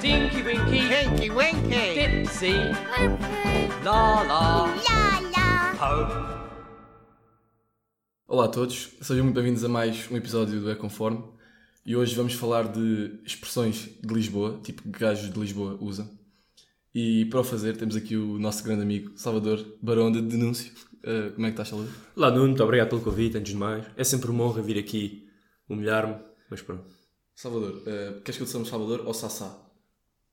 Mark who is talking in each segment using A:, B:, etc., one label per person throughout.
A: Dinky Winky,
B: Hanky Wanky.
A: Dipsy, La La,
C: Lá, lá.
A: Home.
D: Olá a todos, sejam muito bem-vindos a mais um episódio do É Conforme e hoje vamos falar de expressões de Lisboa, tipo que gajos de Lisboa usam. E para o fazer temos aqui o nosso grande amigo Salvador Barão de Denúncio. Eh, como é que estás, Salvador?
E: Olá Nuno, muito obrigado pelo convite, antes de mais. É sempre uma honra vir aqui humilhar-me, mas pronto,
D: Salvador, eh, queres que eu te chame Salvador ou Sassá?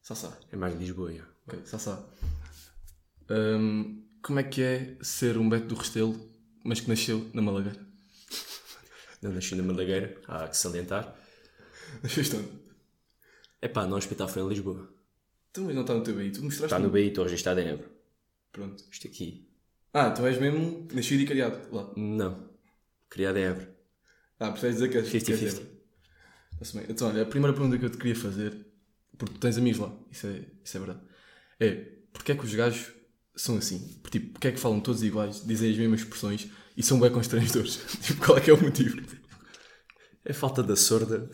D: Sassá,
E: é mais de Lisboa. já.
D: ok, Sassá. Hum, como é que é ser um Beto do Restelo, mas que nasceu na Malagueira?
E: Não nasci na Malagueira, há que salientar.
D: Nasceste onde?
E: Epá, não, o hospital foi em Lisboa.
D: um- Tu mas não está no teu BI, tu mostraste
E: Está no BI, estou registado em Évora.
D: Pronto.
E: Isto aqui.
D: Ah, tu és mesmo nascido e criado lá.
E: Não, criado em Évora.
D: Ah, precisas dizer que és
E: 50-50.
D: que és hétero. Está-se bem. Então, olha, a primeira pergunta que eu te queria fazer, porque tu tens amigos lá, isso é, isso é verdade, é porque é que os gajos são assim? Porque, Tipo, porque é que falam todos iguais, dizem as mesmas expressões e são bem constrangedores? tipo, qual é que é o motivo?
E: É falta da sorda.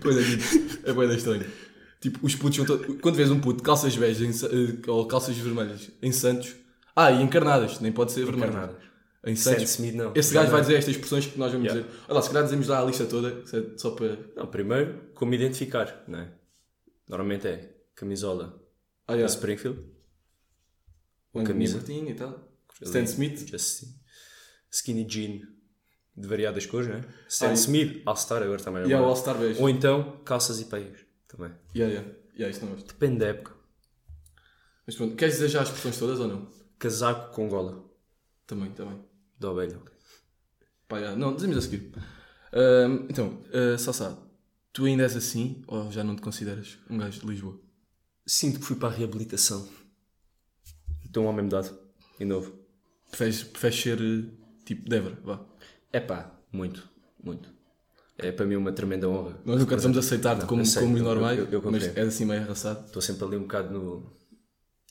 D: Pois é, tipo, é bem estranho. Tipo, os putos são todos... Quando vês um puto de calças beijas em Sa- eh, ou calças vermelhas em Santos... Ah, e encarnadas, nem pode ser vermelha.
E: Encarnadas.
D: Em
E: Sam
D: Santos,
E: Smith não.
D: Esse gajo vai dizer estas expressões que nós vamos
E: Yeah.
D: dizer. Olha lá, se calhar dizemos lá a lista toda, é só para.
E: Não, primeiro, como identificar, não é? Normalmente é camisola
D: Ah,
E: da
D: yeah.
E: Springfield.
D: Um
E: camisa.
D: curtinho e tal. Stan Smith.
E: Just assim. skinny jean de variadas cores, não é?
D: Ah,
E: Stan
D: e-
E: Smith, All-Star agora também.
D: E
E: é
D: yeah, o
E: bom.
D: All-Star Beijo.
E: Ou então calças e peias também.
D: Yeah, yeah. Yeah, isto não gosto.
E: Depende da época.
D: Mas pronto, queres dizer já as expressões todas ou não?
E: Casaco com gola
D: Também, também.
E: da ovelha.
D: Pá, yeah. Não, dizemos a seguir. Ahm, então, ah, Sassá, tu ainda és assim ou já não te consideras um gajo de Lisboa?
E: Sinto que fui para a reabilitação. Estou um homem mudado. E novo.
D: Preferes, preferes ser eh, tipo Débora, vá.
E: É pá, muito, muito. É para mim uma tremenda honra.
D: Nós nunca te vamos aceitar-te
E: é- Não,
D: como,
E: eu sei,
D: como os
E: eu-
D: normais,
E: eu- eu
D: mas
E: compreendo.
D: és assim meio arrasado.
E: Estou sempre ali um bocado no.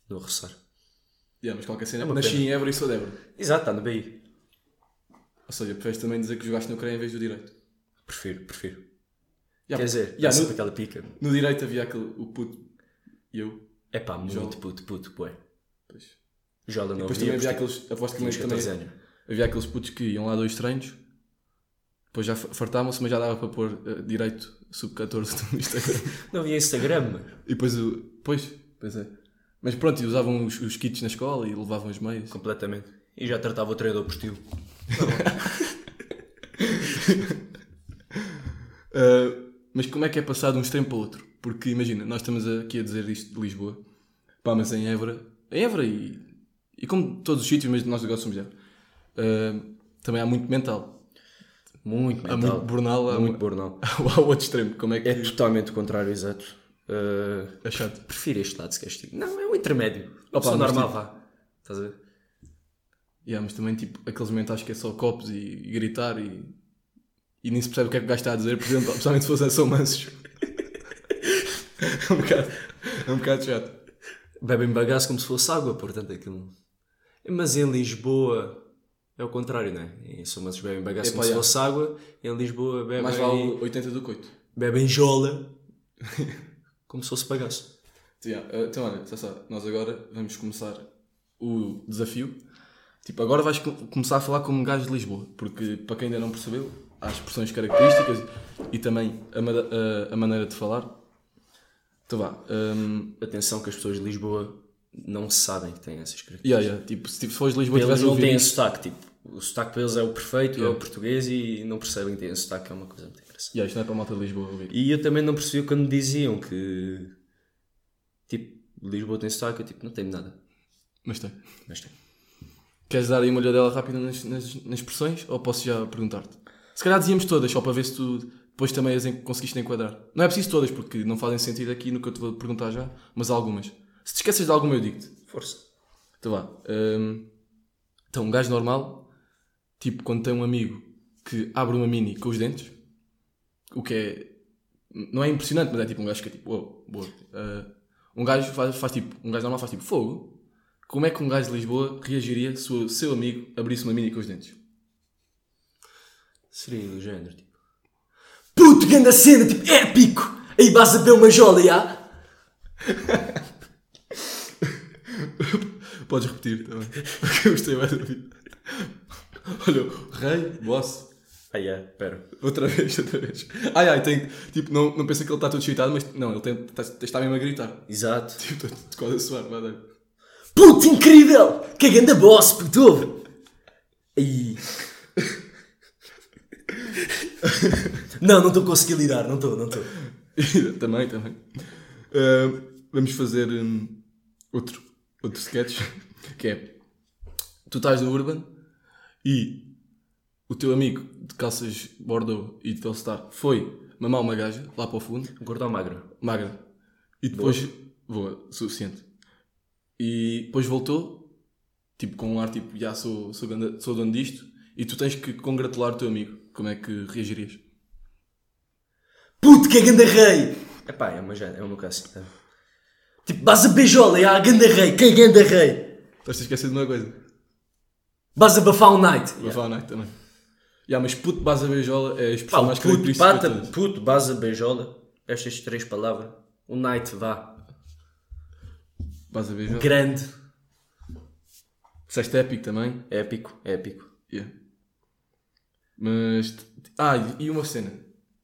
E: no roçar.
D: Yeah, mas qualquer cena,
E: É uma
D: nasci
E: pena.
D: em Évora e sou Débora.
E: Exato, está no BI.
D: Ou seja, preferes também dizer que jogaste no CREA em vez do direito.
E: Prefiro, prefiro.
D: Yeah,
E: Quer dizer,
D: yeah,
E: yeah,
D: no,
E: aquela pica.
D: no direito havia aquele o puto e eu.
E: É pá, muito
D: Jola.
E: puto, puto, bué.
D: Pois.
E: Jola não
D: Depois
E: havia,
D: também havia
E: porque
D: aqueles. Aposto que
E: tínhamos
D: mas
E: 14
D: também
E: anos.
D: havia aqueles putos que iam lá dois treinos, depois já fa- fartavam-se, mas já dava para pôr eh, direito sub-14 no Instagram.
E: Não havia Instagram, mas.
D: e depois o. Pois, pois é. Mas pronto, e usavam os, os kits na escola e levavam as meias.
E: Completamente. E já tratava o treinador por estilo.
D: Uh, mas como é que é passado de um extremo para o outro? Porque imagina, nós estamos aqui a dizer isto de Lisboa, pá, mas em Évora, em Évora e, e como todos os sítios, mas nós agora somos de Évora, uh, também há muito mental.
E: Muito
D: Há muito bornal, há
E: Muito
D: muito
E: bornal.
D: há o outro extremo, como é que
E: É totalmente o contrário, exato. Uh,
D: é chato?
E: prefiro este lado, se queres digo. Não, é um intermédio.
D: Opa,
E: Opa, pessoa
D: mas
E: normal,
D: tipo-
E: vá. Estás a ver?
D: Yeah, mas também tipo aqueles mentais que é só copos e, e gritar e, e nem se percebe o que é que o gajo está a dizer, por exemplo, especialmente se fossem só mansos. é, um bocado, é um bocado chato.
E: Bebem bagaço como se fosse água, portanto, aquilo. Mas em Lisboa é o contrário, não é? Em Somanços bebem bagaço
D: Epá,
E: como se
D: já.
E: fosse água, em Lisboa bebem,
D: Mais vale 80 do que 8.
E: bebem jola como se fosse bagaço.
D: Então, yeah, então, olha, Sassá, nós agora vamos começar o desafio. Tipo, agora vais co- começar a falar como um gajo de Lisboa, porque para quem ainda não percebeu, há expressões características e também a, mada- a- a maneira de falar. Então vá. hum,
E: Atenção que as pessoas de Lisboa não sabem que têm essas características.
D: yeah, yeah, tipo, se tipo, se fores de Lisboa e
E: Eles
D: tivesse
E: não
D: ouvido
E: têm
D: isto-
E: sotaque, tipo. O sotaque para eles é o perfeito,
D: Yeah.
E: é o português e não percebem que têm sotaque, é uma coisa muito engraçada.
D: Yeah, isto não é para a malta de Lisboa ouvir.
E: E eu também não percebi quando diziam que tipo, Lisboa tem sotaque, eu tipo, não tenho nada.
D: Mas tem.
E: Mas tem.
D: Queres dar aí uma olhadela rápida nas, nas, nas expressões ou posso já perguntar-te? Se calhar dizíamos todas, só para ver se tu depois também as en- conseguiste enquadrar. Não é preciso todas, porque não fazem sentido aqui no que eu te vou perguntar já, mas algumas. Se te esqueces de alguma, eu digo-te.
E: Força.
D: Então vá. hum, então, um gajo normal, tipo quando tem um amigo que abre uma mini com os dentes, o que é. Não é impressionante, mas é tipo um gajo que é tipo, uou, boa. Ah, um gajo faz, faz tipo, um gajo normal faz tipo fogo. Como é que um gajo de Lisboa reagiria se o seu amigo abrisse uma mini com os dentes?
E: Seria do género, tipo. Puto, grande cena, tipo, épico! Aí vas a ver uma jola, já?
D: Podes repetir também. Porque eu gostei mais da vida. Olha, rei, boss.
E: Ah, yeah, pera.
D: Outra vez, outra vez. Ai, ai, tem. Tipo, não, não pensa que ele está todo cheitado, mas. Não, ele tem, está, está mesmo a gritar.
E: Exato.
D: Tipo, estou quase a suar, vai dar.
E: Puto incrível! Que grande boss, puto! ouve? Aí. não, não estou a conseguir lidar, não estou, não estou.
D: também, também. Ah, vamos fazer hum, outro, outro sketch, que é tu estás no Urban e o teu amigo de calças Bordeaux e de All-Star foi mamar uma gaja lá para o fundo,
E: Gordo ou magro?
D: magra, e depois boa, suficiente. E depois voltou, tipo com um ar tipo, já sou, sou, ganda- sou dono disto, e tu tens que congratular o teu amigo. Como é que reagirias?
E: Puto, que ganda rei! Epá, é uma já, é uma caso. tá? Tipo, base a beijola, é a ganda rei, que ganda rei!
D: Estás a esquecer de uma coisa.
E: Base a bafar um night.
D: Vou falar Nike também. Yeah, mas puto base a beijola é a
E: Pá,
D: expressão
E: o
D: mais
E: puto,
D: característica
E: pata,
D: de todas.
E: puto, base a beijola. Estas três palavras. O night, vá.
D: Base a beijola.
E: Grande.
D: Disseste épico também.
E: Épico, épico.
D: Yeah. Mas. t- Ah, e- e uma cena.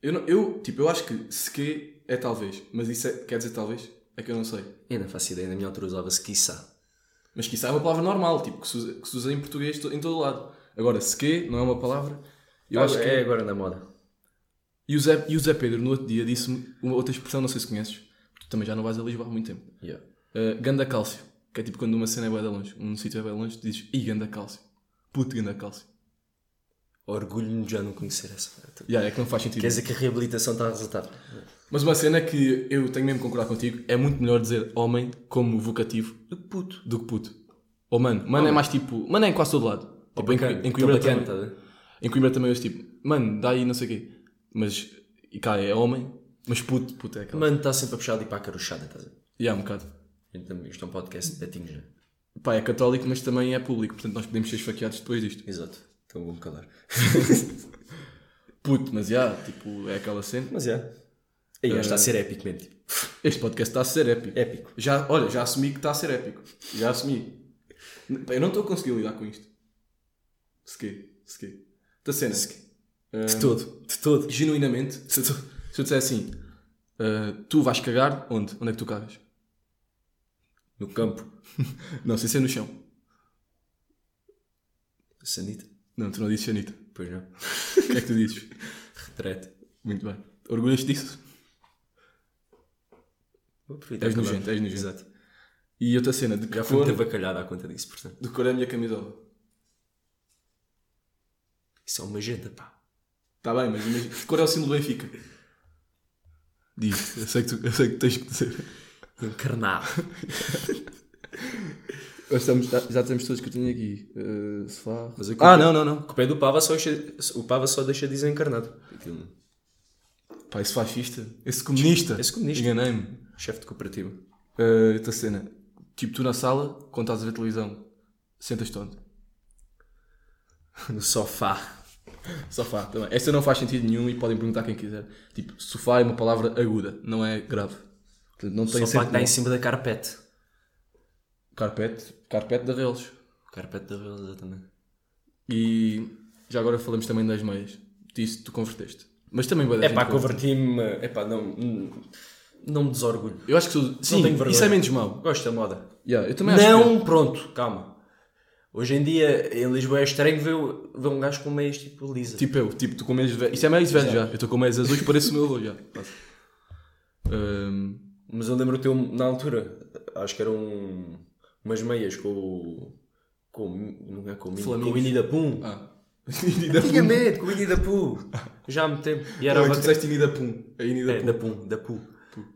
D: Eu, não- eu, tipo, eu acho que sequer é talvez. Mas isso é- quer dizer talvez? É que eu não sei.
E: Eu não faço ideia, na minha altura usava-se quiçá.
D: Mas que isso é uma palavra normal, tipo, que se usa, que se usa em português to- em todo lado. Agora, sequer não é uma palavra. Eu acho que
E: é agora na moda.
D: E o, Zé, e o Zé Pedro, no outro dia, disse-me uma outra expressão, não sei se conheces. Tu também já não vais a Lisboa há muito tempo.
E: Yeah.
D: Uh, ganda cálcio, que é tipo quando uma cena é bué da longe, um sítio é bué da longe, tu dizes, ih, ganda cálcio, puto ganda cálcio.
E: Orgulho-me de já não conhecer essa.
D: Yeah, é que não faz sentido.
E: Quer dizer que a reabilitação está a resultar.
D: Mas uma cena que eu tenho mesmo que concordar contigo, é muito melhor dizer homem como vocativo do que puto. Do que puto. Ou mano, mano é mais tipo, mano é em quase todo lado. Tipo, em, Coim- em Coimbra também,
E: tá
D: em Coimbra também é esse tipo, mano, dá aí não sei o quê. Mas, e cá é homem, mas puto, puto é aquela.
E: Mano, está sempre a puxar de ir para a caruchada, estás a ver?
D: Yeah, um bocado.
E: Então, isto é um podcast de petinhos, né?
D: Pá, é católico, mas também é público, portanto nós podemos ser esfaqueados depois disto.
E: Exato. Então vou-me calar.
D: Puto, mas já, tipo, é aquela cena.
E: Mas é. Aí, está a ser épico mesmo. tipo.
D: Este podcast está a ser épico.
E: Épico.
D: Já, olha, já assumi que está a ser épico. Já assumi. N- pá, Eu não estou a conseguir lidar com isto. Sequer, sequer. Da cena.
E: De todo. De todo.
D: Genuinamente, se eu, se eu disser assim, ah, tu vais cagar, onde? Onde é que tu cagas?
E: No campo.
D: Não, sem ser no chão.
E: Sanita.
D: Não, tu não dizes Xanita.
E: Pois não.
D: O que é que tu dizes?
E: Retrete.
D: Muito bem. Orgulhas-te disso?
E: Vou aproveitar
D: És
E: que
D: nojento,
E: agora-
D: É és nojento.
E: Exato.
D: E outra cena, de que
E: Já fui
D: cor,
E: muito avacalhado à conta disso, portanto.
D: de que cor é a minha camisola?
E: Isso é uma janta, pá.
D: Está Tá bem, mas imagina, de cor é o símbolo do Benfica? Diz, eu sei que, tu, eu sei que tens que dizer.
E: Encarnado.
D: Nós estamos- já, já temos todos que eu tenho aqui. Uh, Sofá.
E: Mas eu
D: ah,
E: comprei-
D: não, não, não.
E: O pé do Pava só deixa, o Pava só deixa desencarnado. Aquilo.
D: Pá, esse fascista. Esse comunista.
E: Esse comunista.
D: Enganei-me.
E: Chefe de cooperativa.
D: Uh, outra cena. Tipo, tu na sala, quando estás a ver televisão, sentas-te onde?
E: No sofá.
D: Sofá, também. Esta não faz sentido nenhum e podem perguntar quem quiser. Tipo, sofá é uma palavra aguda, não é grave. Portanto, não tem
E: Só pá que
D: sentido.
E: está em cima da carpete.
D: Carpete, carpete da Reles.
E: Carpete da Rosa também.
D: E já agora falamos também das meias. Disso tu converteste. Mas também vai
E: É pá, converti-me. É pá, não. Não me desorgulho.
D: Eu acho que sou... Sim,
E: tenho vergonha.
D: isso é menos mau.
E: Gosto da moda.
D: Yeah, eu também acho que-
E: Não, é. pronto, calma. Hoje em dia, em Lisboa é estranho ver, ver um gajo com meias tipo lisa.
D: Tipo eu, tipo, tu com meias velhas. Isso é meias velhas já. Eu estou com meias azuis, parece o meu avô já. Quase. Ahm,
E: Mas eu lembro-te, eu, na altura, acho que eram umas meias com o. Com, o- não é com o mini, com o
D: Flamingos.
E: mini da Pum.
D: ah.
E: Antigamente, com o mini da Pum. Já há muito tempo. E era
D: Não, tu
E: avaca-
D: disseste Inidapum. É
E: É, da
D: Inidapum.
E: Pum, da Pum.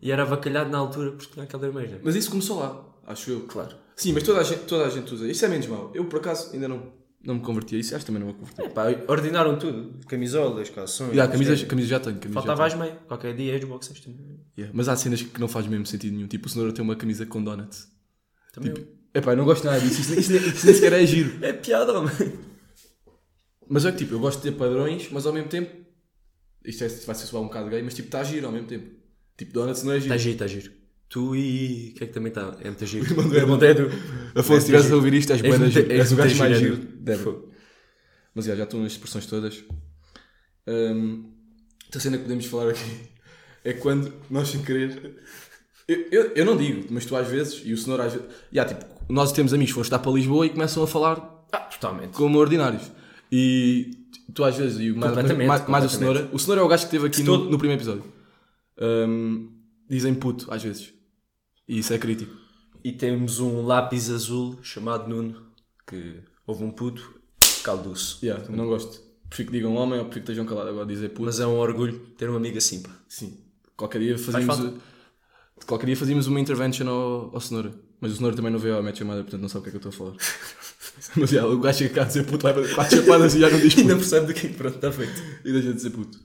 E: E era avacalhado na altura porque tinha aquela meia.
D: Mas isso começou lá, acho eu.
E: Claro.
D: Sim, mas toda a gente, toda a gente usa. Isso é menos mau. Eu, por acaso, ainda não, não me converti a isso. Acho que também não vou converter.
E: Pá, ordinaram tudo. Camisolas, calções.
D: Yeah, camisas, camisas já tenho. Camisas já
E: é. Faltava as meias. Qualquer dia, as boxers também.
D: tenho. Yeah, Mas há cenas que não faz mesmo sentido nenhum. Tipo, o cenoura tem uma camisa com donuts. Tipo,
E: também
D: Epá, eu não gosto nada disso. Isso, nem- isso nem- isso nem sequer é giro.
E: eu. É piada, homem.
D: Mas é que tipo, eu gosto de ter padrões, mas ao mesmo tempo. tá Isto é, vai ser soar um bocado gay, mas tipo, está giro ao mesmo tempo. Tipo, Donuts não é giro.
E: Está Tá giro, está giro. Tu e. Quem é que também está? É muito giro.
D: irmão do
E: O irmão do Edu.
D: Afonso, se estivesse a ouvir isto, és
E: é És
D: bué da
E: muito-
D: giro.
E: és
D: És o
E: muito
D: gajo mais
E: giro,
D: giro.
E: Edu.
D: deve.
E: Fogo.
D: Mas já, já estão as expressões todas. Hum, outra cena que podemos falar aqui é quando nós sem querer. Eu, eu, eu não digo, mas tu às vezes, e o senhor às vezes. Já, tipo, nós temos amigos que foram estar para Lisboa e começam a falar
E: Ah, totalmente.
D: como ordinários. E tu às vezes, e o- mais,
E: Completamente,
D: mais, mais o
E: completamente.
D: senhor. O senhor é o gajo que esteve aqui no,
E: todo.
D: no primeiro episódio. Hum, dizem puto, às vezes. E isso é crítico.
E: E temos um lápis azul chamado Nuno, que houve um puto, calduço.
D: Yeah, não gosto. Prefiro que digam homem ou prefiro que estejam calados. Agora dizer puto.
E: Mas é um orgulho ter um amigo assim, pá.
D: Sim. Qualquer dia fazíamos.
E: falta.
D: Qualquer dia fazíamos uma intervention ao, ao Cenoura. Mas o Cenoura também não veio à minha chamada, portanto não sabe o que é que eu estou a falar. Mas já, o gajo chega cá a dizer puto, leva quatro chapadas e já não diz
E: E não
D: puto.
E: percebe do que pronto, está feito.
D: e deixa de dizer puto.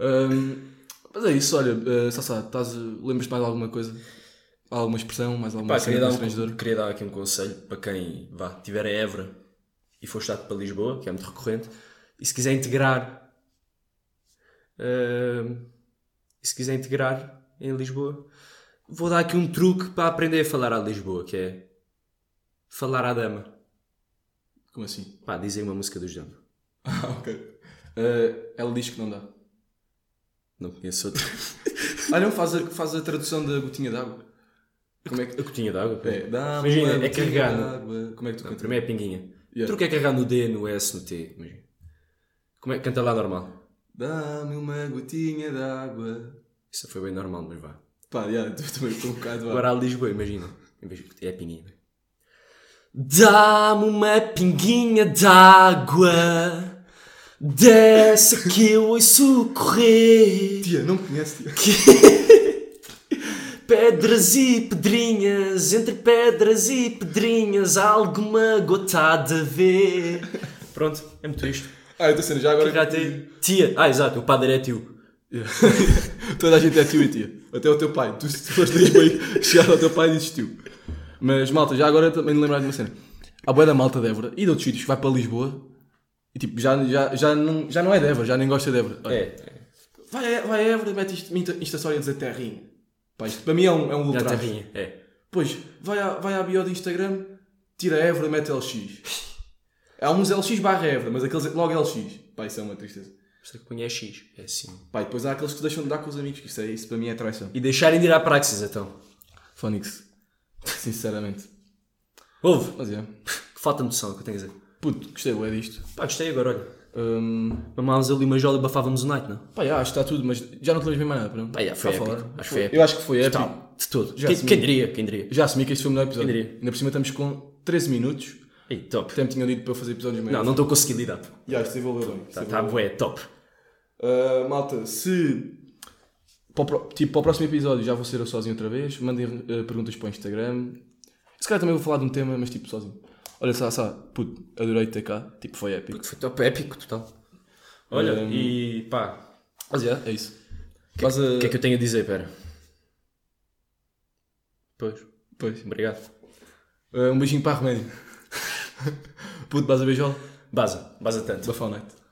D: Ahm, mas é isso, olha, uh, Sassá, estás, uh, lembras-te mais de alguma coisa? Alguma expressão, mais alguma
E: Pá,
D: coisa
E: queria dar, um, queria dar aqui um conselho para quem vá, tiver a Évora e for estado para Lisboa, que é muito recorrente, e se quiser integrar. hum, e se quiser integrar em Lisboa, vou dar aqui um truque para aprender a falar a Lisboa, que é falar à dama.
D: Como assim?
E: Pá, dizem uma música dos dama.
D: Ah, ok. Uh, ela diz que não dá.
E: Não conheço outra.
D: Olha, faz a, faz a tradução da gotinha d'água. Como é que.
E: A gotinha d'água. pá.
D: É, dá uma
E: Imagina, é
D: gotinha
E: carregado.
D: d'água. Como é que tu
E: Não,
D: cantas?
E: primeiro é pinguinha.
D: Yeah.
E: O truque é carregar no D, no S, no T. Imagina. Como é? Canta lá normal.
D: Dá-me uma gotinha d'água.
E: Isso foi bem normal, mas vá.
D: Pá, já, tu também estou um bocado.
E: Agora a Lisboa, imagina. Em vez de é a pinguinha. Dá-me uma pinguinha d'água Dessa que eu ouço correr Tipo
D: Tia, não me conhece, tia.
E: Pedras e pedrinhas, entre pedras e pedrinhas Há alguma gota de ver Pronto, é muito isto
D: Ah, eu estou sendo já agora.
E: Já tem tia, ah exato, o padre é tio
D: Yeah. Toda a gente é tio e tia. Até o teu pai. Tu, se tu fores de Lisboa e chegar ao teu pai, dizes tio. Mas, malta, já agora também lembrar de uma cena. Há boa da malta de Évora e de outros sítios que vai para Lisboa e tipo, já, já, já, não, já não é de Évora, já nem gosta de Évora. Olha,
E: É,
D: Vai, a- vai a Évora e mete isto, insta, insta story a dizer terrinha. Pá, isto para mim é um, é um
E: Já
D: ultraje.
E: terrinha. É.
D: Pois, vai à, vai à bio do Instagram, tira a Évora, mete LX. Há uns LX barra Évora, mas aqueles logo LX. Pá, isso é uma tristeza.
E: Por isso é que punha é X. É assim.
D: Pá, e depois há aqueles que deixam de dar com os amigos, que isso, é, isso para mim é traição.
E: E deixarem de ir à praxis, então.
D: Phonics, sinceramente.
E: Houve.
D: Mas é.
E: Que falta de noção que eu tenho a dizer.
D: Puto, gostei bué disto.
E: Pá, gostei agora, olha.
D: Hum,
E: Mamámos ali uma jola e bafávamos o night, não?
D: pá, já, acho que está tudo, mas já não te lembro bem mais nada, para não?
E: Pá, já,
D: Está a
E: foi épico.
D: falar?
E: Acho que foi
D: Eu acho que foi épico.
E: Total. De todo.
D: Já
E: Quem,
D: assumi.
E: quem diria? Quem diria?
D: Já assumi que este foi o melhor episódio.
E: Eu diria.
D: Ainda por cima estamos com 13 minutos.
E: Ei, top.
D: Até me tinham dito para eu fazer episódios meio.
E: Não, não estou conseguindo lidar.
D: Já, isto evoluiu bem. Isto
E: Está
D: evoluiu
E: tá, bué, top.
D: Uh, malta, se para o, pro- tipo, para o próximo episódio já vou ser eu sozinho outra vez, mandem uh, perguntas para o Instagram. Se calhar também vou falar de um tema, mas tipo sozinho. Olha, só, só, puto, adorei ter cá, tipo, foi épico.
E: Foi top épico, total. Olha,
D: Hum.
E: e pá.
D: Mas já, é isso. ah, Faz
E: O
D: a...
E: que é que eu tenho a dizer, pera? Pois.
D: Pois. Ah,
E: Obrigado.
D: Uh, um beijinho para a Roménia. puto, base a beijola,
E: Baza. Baza tanto.
D: bafão né? night.